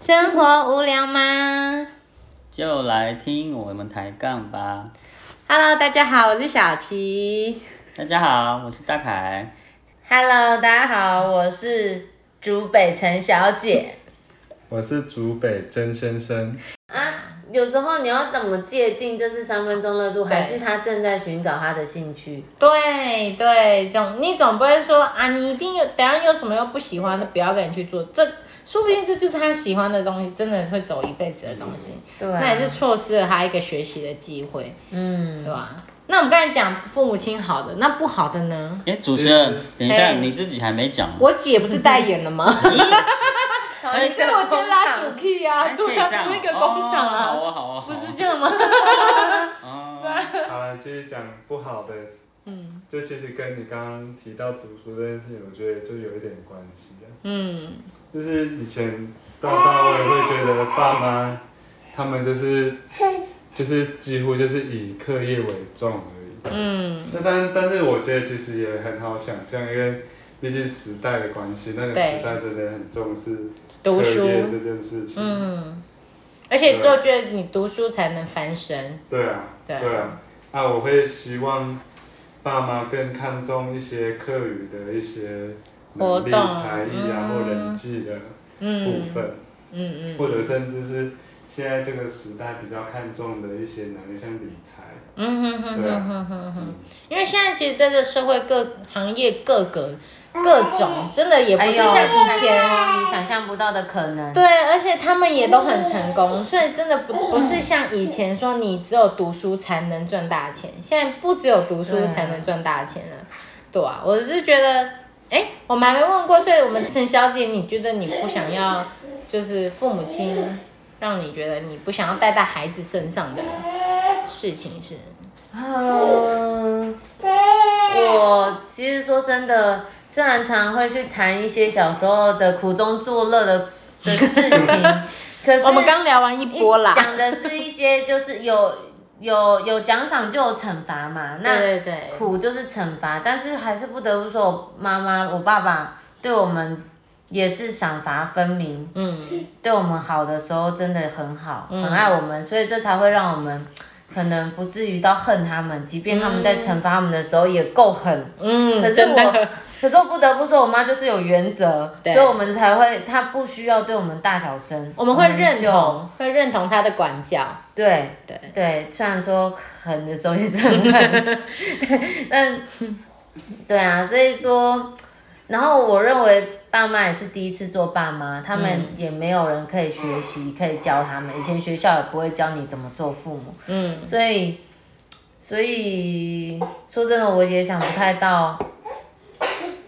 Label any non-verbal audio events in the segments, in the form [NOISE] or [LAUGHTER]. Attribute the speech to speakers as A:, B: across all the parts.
A: 生活无聊吗
B: 就来听我们抬杠吧。
A: ？Hello，大家好，我是小琪。
B: 大家好，我是大凯。
A: Hello，大家好，我是竹北陈小姐。
C: 我是竹北真先
D: [LAUGHS]
C: 生，
A: 啊，有时候你要怎么界定这是三分钟热度，还是他正在寻找他的兴趣？
D: 对对，总你总不会说啊，你一定有，等下有什么又不喜欢的，不要跟你去做，这说不定这就是他喜欢的东西，真的会走一辈子的东西，
A: 对啊
D: 那也是错失了他一个学习的机会，
A: 嗯，
D: 对吧、那我们刚才讲父母亲好的，那不好的呢？
B: 哎，主持人，等一下，
D: 哎
B: 你自己还没讲吗？
D: 我姐不是代言了吗？
B: [LAUGHS] 哎
D: 是我先拉主 key 啊，
B: 哎可以
D: 对
B: 这
D: 啊，
B: 样哦
D: 那个工厂
B: 哦好
D: 啊，
B: 啊，好啊，好啊
D: 不是这样吗？
B: 哦
C: 好了，继续讲不好的，嗯，就其实跟你刚刚提到读书这件事情，我觉得就有一点关系啊
D: 嗯，
C: 就是以前到大我也会觉得爸妈他们就是就是几乎就是以课业为重而已，嗯，那但但是我觉得其实也很好想象，因为毕竟时代的关系，那个
D: 对
C: 时代真的很重视
D: 读
C: 课
D: 书，
C: 业这件事情，
D: 嗯，而且就觉得你读书才能翻身，
C: 对啊，
D: 对
C: 对啊，啊，我会希望爸妈更看重一些课余的一些能力、
D: 活动
C: 才艺啊，或人际的部
D: 嗯
C: 分，
D: 嗯嗯，
C: 或者甚至是现在这个时代比较看重的一些能力，像理财，
D: 嗯哼哼
C: 对啊
D: 哼哼哼哼
C: 嗯，
D: 因为现在其实在这社会各行业各个各种，真的也不
A: 哎
D: 是
A: 呦，
D: 像以前。
A: 你想象不到的可能。
D: 对，而且他们也都很成功，所以真的不不是像以前说你只有读书才能赚大钱，现在不只有读
A: 对
D: 书
A: 啊
D: 才能赚大钱了。对啊，我是觉得，哎，我们还没问过，所以我们陈小姐，你觉得你不想要，就是父母亲让你觉得你不想要带到孩子身上的事情是？
A: 嗯，啊我其实说真的，虽然常会去谈一些小时候的苦中作乐的的事情，可是
D: [LAUGHS] 我们刚聊完一波啦，
A: 讲的是一些就是有有有奖赏就有惩罚嘛，那
D: 对对对
A: 苦就是惩罚，但是还是不得不说，我妈妈我爸爸对我们也是赏罚分明，
D: 嗯，
A: 对我们好的时候真的很好，很爱我们，所以这才会让我们可能不至于到恨他们，即便他们在惩罚我们的时候也够狠。
D: 嗯，
A: 可是
D: 真
A: 我
D: 的，
A: [LAUGHS] 可是我不得不说，我妈就是有原则，所
D: 对
A: 以我们才会，她不需要对我们大小声，
D: 我们会认
A: 就
D: 同，会认同他的管教，
A: 对
D: 对
A: 对，虽然说狠的时候也是很
D: [LAUGHS]
A: 狠，但对啊，所以说，然后我认为爸妈也是第一次做爸妈，他们
D: 嗯
A: 也没有人可以学习，可以教他们，以前学校也不会教你怎么做父母，
D: 嗯，
A: 所以，所以说真的，我也想不太到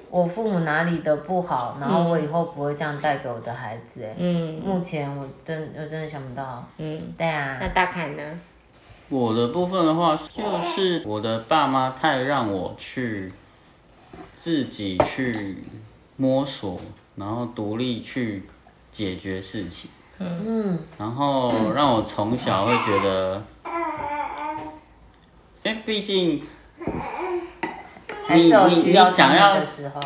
A: 我父母哪里的不好，然后我以后不会这样带给我的孩子、欸，
D: 嗯
A: 目前我真我真的想不到，
D: 嗯，
A: 对啊
D: 那，大凯呢？
B: 我的部分的话，就是我的爸妈太让我去自己去摸索，然后独立去解决事情。
A: 嗯。
B: 然后让我从小会觉得，因为毕竟
A: 还是有需要他们
B: 你你
A: 的时候，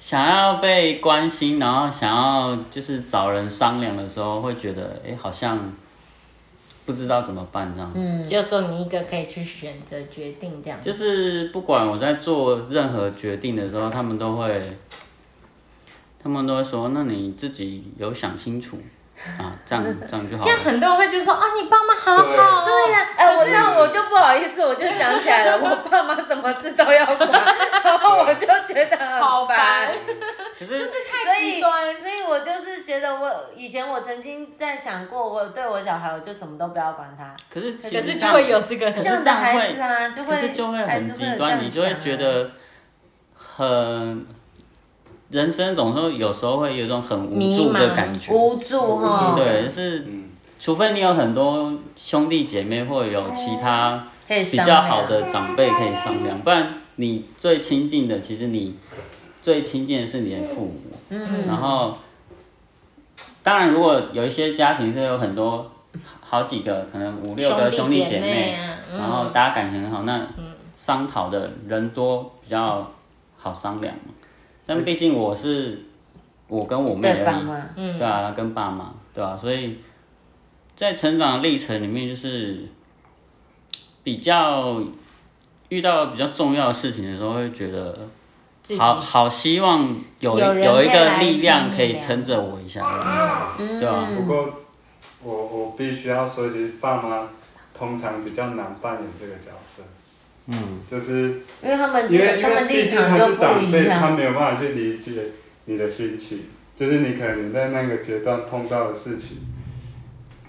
B: 想要被关心，然后想要就是找人商量的时候，会觉得哎，好像不知道怎么办这样。
A: 嗯，
D: 就做你一个可以去选择决定这样，
B: 就是不管我在做任何决定的时候，他们都会，他们都会说，那你自己有想清楚啊，这样这样就好
D: 这样
B: 了。
D: 很多人会觉得说啊，你爸妈好
C: 啊
D: 好哦，对呀
A: [LAUGHS] 哎、我那我就不好意思，我就想起来了，我爸妈什么事都要管，然后我就觉得很
D: 好
A: 烦
D: 烦，
B: 可是
D: 就是
A: 所
D: 太
A: 以
D: 极端，
A: 所以我就是觉得我以前我曾经在想过，我对我小孩我就什么都不要管他，
B: 可是其
D: 可
B: 实
D: 是
B: 这
D: 就
B: 样
D: 会有这个
B: 可
A: 这
B: 是
A: 样
B: 这
A: 的
B: 样会
A: 孩子啊，就
B: 可
A: 会
B: 是就会
A: 孩
B: 很
A: 子
B: 极
A: 有这样
B: 端，你就会
A: 想啊
B: 觉得很人生总是会有时候会有一种很无助的感觉，
A: 无助哈，
B: 对，就是
C: 嗯，
B: 除非你有很多兄弟姐妹或有其他
A: 可以
B: 比
A: 商
B: 较
A: 量
B: 好的长辈可以商量，不然你最亲近的其实你最亲近的是你的父母，然
A: 嗯，
B: 后当然如果有一些家庭是有很多好几个可能五六个兄弟姐妹
D: 妹。啊，
B: 然后
D: 嗯，
B: 大家感情很好，那商讨的人多比较好商量嘛。但毕竟我是我跟我妹
A: 对
B: 而
A: 爸
B: 已，
A: 妈，
D: 嗯
B: 对啊，跟爸妈，对吧、所以在成长的历程里面，就是比较遇到比较重要的事情的时候，会觉得
D: 自己
B: 好好希望有
D: 有人
B: 有一
D: 可以
B: 个
D: 来
B: 力量
D: 帮你
B: 可以
D: 量
B: 撑着我一下，对吧、
C: 啊不过我我必须要说，其实爸妈通常比较难扮演这个角色，
B: 嗯，
C: 就是
A: 因为他们
C: 因为因
A: 他
C: 为
A: 们
C: 毕
A: 立
C: 竟
A: 场
C: 他
A: 就是不
C: 长
A: 一
C: 辈，他
A: 样，
C: 没有办法去理解你的心情，就是你可能你在那个阶段碰到的事情，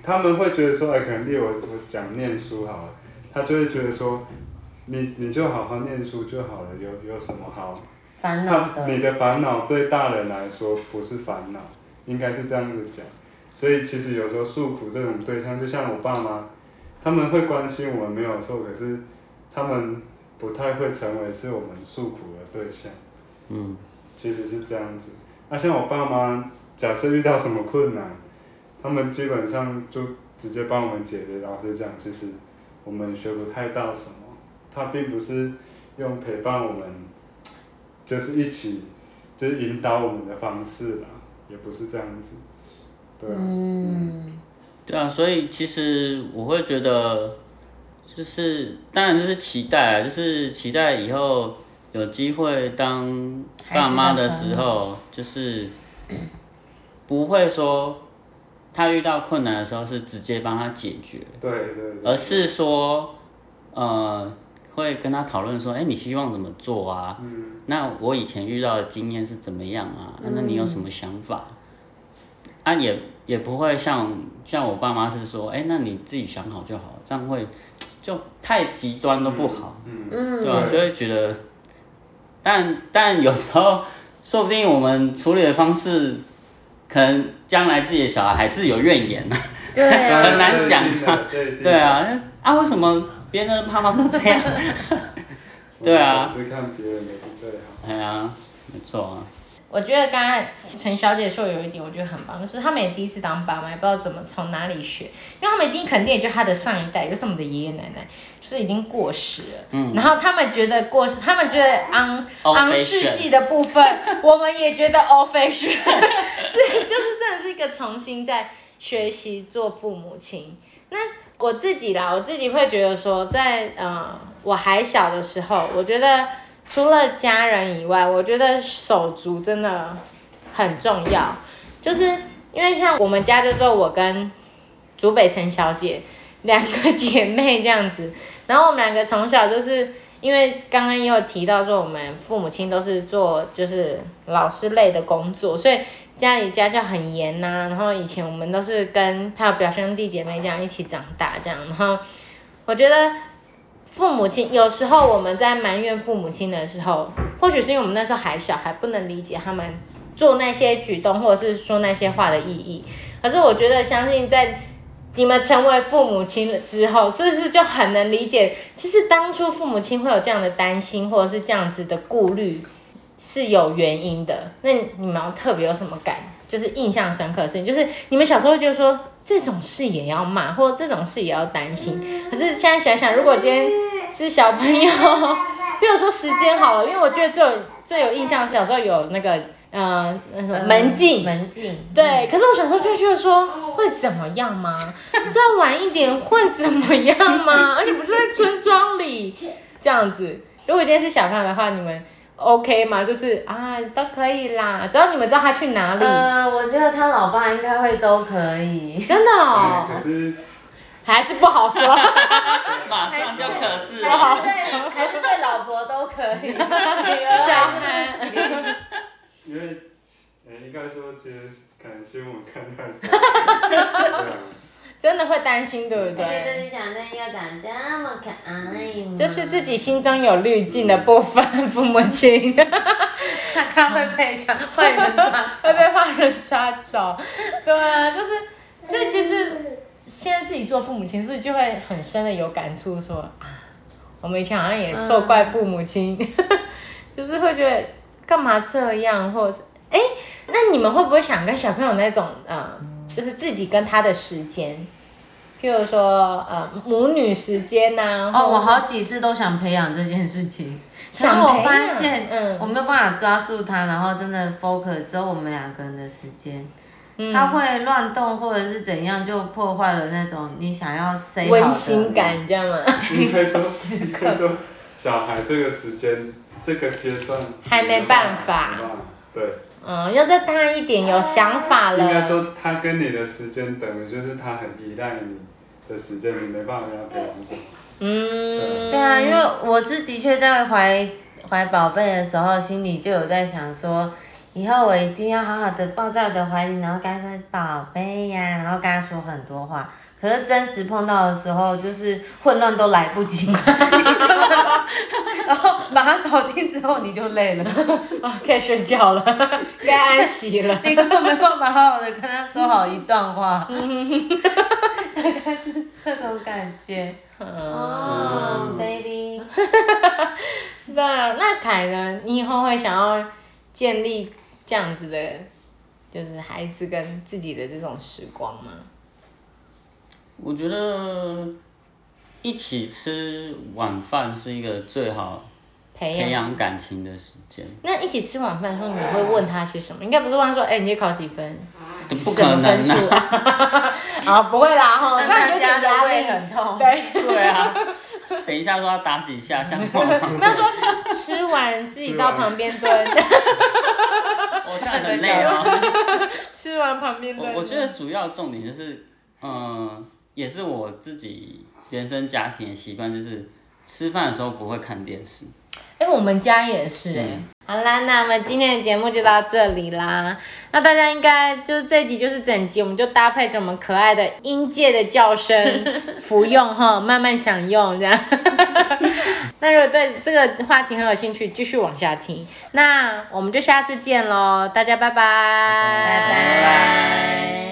C: 他们会觉得说，哎，可能例如我我讲念书好了，他就会觉得说，你你就好好念书就好了，有有什么好？
A: 烦恼
C: 他
A: 的。
C: 你的烦恼对大人来说不是烦恼，应该是这样子讲。所以其实有时候诉苦这种对象，就像我爸妈，他们会关心我们没有错，可是他们不太会成为是我们诉苦的对象。
B: 嗯，
C: 其实是这样子。那、像我爸妈，假设遇到什么困难，他们基本上就直接帮我们解决。老实讲，其实我们学不太到什么。他并不是用陪伴我们，就是一起，就是引导我们的方式啦，也不是这样子。对啊，
A: 嗯，
B: 对啊，所以其实我会觉得，就是当然就是期待啊，就是期待以后有机会当爸妈的时候，就是不会说他遇到困难的时候是直接帮他解决，
C: 对对对。
B: 而是说，呃，会跟他讨论说，哎、你希望怎么做啊？
C: 嗯，
B: 那我以前遇到的经验是怎么样啊？
A: 嗯
B: 那你有什么想法？啊，也也不会像像我爸妈是说，哎、那你自己想好就好，这样会就太极端都不好，
C: 嗯。
A: 嗯
B: 对吧、
C: 对
B: 就会觉得，但但有时候说不定我们处理的方式，可能将来自己的小孩还是有怨 [LAUGHS] 言的，
A: 对
C: 嗯，
A: 啊，
B: 很难讲
C: 啊。
B: 对啊，啊，为什么别人的爸妈都这样？ [LAUGHS] 对啊
C: 只是看别人的是最好。
B: 哎呀，没错啊，
D: 我觉得刚才陈小姐说有一点，我觉得很棒，就是他们也第一次当爸妈，也不知道怎么从哪里学，因为他们一定肯定也就他的上一代，就是我们的爷爷奶奶，就是已经过时了。嗯。然后他们觉得过时，他们觉得昂
B: Old
D: 昂世纪的部分，我们也觉得 old fashion，所以就是真的是一个重新在学习做父母亲。那我自己啦，我自己会觉得说在，呃我还小的时候，我觉得除了家人以外，我觉得手足真的很重要，就是因为像我们家就只有我跟竹北陈小姐两个姐妹这样子，然后我们两个从小就是因为刚刚也有提到说，我们父母亲都是做就是老师类的工作，所以家里家教很严呐、然后以前我们都是跟还有表兄弟姐妹这样一起长大这样，然后我觉得父母亲有时候我们在埋怨父母亲的时候，或许是因为我们那时候还小，还不能理解他们做那些举动或者是说那些话的意义。可是我觉得，相信在你们成为父母亲了之后，是不是就很能理解？其实当初父母亲会有这样的担心，或者是这样子的顾虑，是有原因的。那你们要特别有什么感，就是印象深刻的事情，就是你们小时候就说这种事也要骂，或者这种事也要担心。可是现在想想，如果今天是小朋友， [LAUGHS] 比如说时间好了，因为我觉得最有最有印象，小时候有那个呃那种门禁。
A: 门禁，
D: 对，可是我小时候就觉得说会怎么样 [LAUGHS] 吗？再晚一点会怎么样吗？而且不是在村庄里这样子。如果今天是小朋友的话，你们 OK 吗？就是啊，都可以啦，只要你们知道他去哪里，
A: 呃，我觉得他老爸应该会都可以。
D: 真的
C: 嗯
D: 哦，
C: 可是
D: 还是不好说。 [LAUGHS]
B: 马上就可是
A: 还是对，还是对老婆都可以，小孩
C: 因为，呃、应该说，其实可能新闻看看，对啊，
D: 真的会担心，对不
A: 觉得
D: 对？
A: 你想那个长这么可爱吗，
D: 就是自己心中有滤镜的部分，父母亲。
A: 他会被抢，会人抓
D: 会被坏人抓走。
A: [LAUGHS]
D: 对啊，就是，所以其
A: 嗯
D: 实现在自己做父母亲，是不是就会很深的有感触说，啊，我们以前好像也错怪父母
A: [LAUGHS]
D: 亲，就是会觉得干嘛这样，或者是哎、那你们会不会想跟小朋友那种呃，就是自己跟他的时间？譬如说，呃，母女时间啊呐、
A: 哦，
D: 或
A: 我
D: 者是
A: 好几次都想培养这件事情，但
D: 想
A: 是
D: 培养
A: 我发现，
D: 嗯
A: 我没有办法抓住他，然后真的 focus 只有我们两个人的时间，它会乱动或者是怎样，就破坏了那种你想要 say 好的
D: 温馨感，你啊知道吗？
C: 应该
D: [LAUGHS]
C: 说，应该说，小孩这个时间、这个阶段
D: 还没办法
C: 没办法对，
D: 嗯，要再大一点，有想法
C: 应该
D: 了。
C: 说他跟你的时间等于就是他很依赖你的时间，你没办法跟他培养什么。
D: 嗯，
A: 对啊，因为我是的确在怀怀宝贝的时候，心里就有在想说，以后我一定要好好的抱在我的怀里，然后跟他说宝贝呀，然后跟他说很多话。可是真实碰到的时候，就是混乱都来不及，你
D: [LAUGHS]
A: 根本然后把它搞定之后，你就累了，
D: 啊，该睡觉了， [LAUGHS] 该安息
A: [LAUGHS]
D: 了。
A: 你根本没办法好好的跟他说好一段话，大概是这种感觉。
D: 嗯
A: 哦、b a b y
D: 那那凯呢？你以后会想要建立这样子的，就是孩子跟自己的这种时光吗？
B: 我觉得一起吃晚饭是一个最好
D: 培
B: 培
D: 养。
B: 养感情的时间，
D: 那一起吃晚饭的时候，你会问他些什么？应该不是问他说，哎、你今天考几分？
B: 不可能
D: 什么分数
B: 啊！
D: 啊！
B: [LAUGHS]
D: 啊，不会啦，哈，这样有点压力。
A: 痛
D: 对， [LAUGHS]
B: 对啊，等一下说要打几下，像我
D: [LAUGHS]
B: 吗，
D: 没有说吃完自己到旁边蹲， [LAUGHS]
B: 我这样很累哦。
D: 啊吃完旁边蹲。
B: 我我觉得主要重点就是，嗯、也是我自己原生家庭的习惯，就是吃饭的时候不会看电视。
D: 哎、我们家也是哎、好啦，那我们今天的节目就到这里啦。那大家应该就是这集就是整集，我们就搭配着我们可爱的音界的叫声服用哈，慢慢享用这样。 [LAUGHS] 那如果对这个话题很有兴趣，继续往下听。那我们就下次见喽，大家拜拜，
A: 拜拜。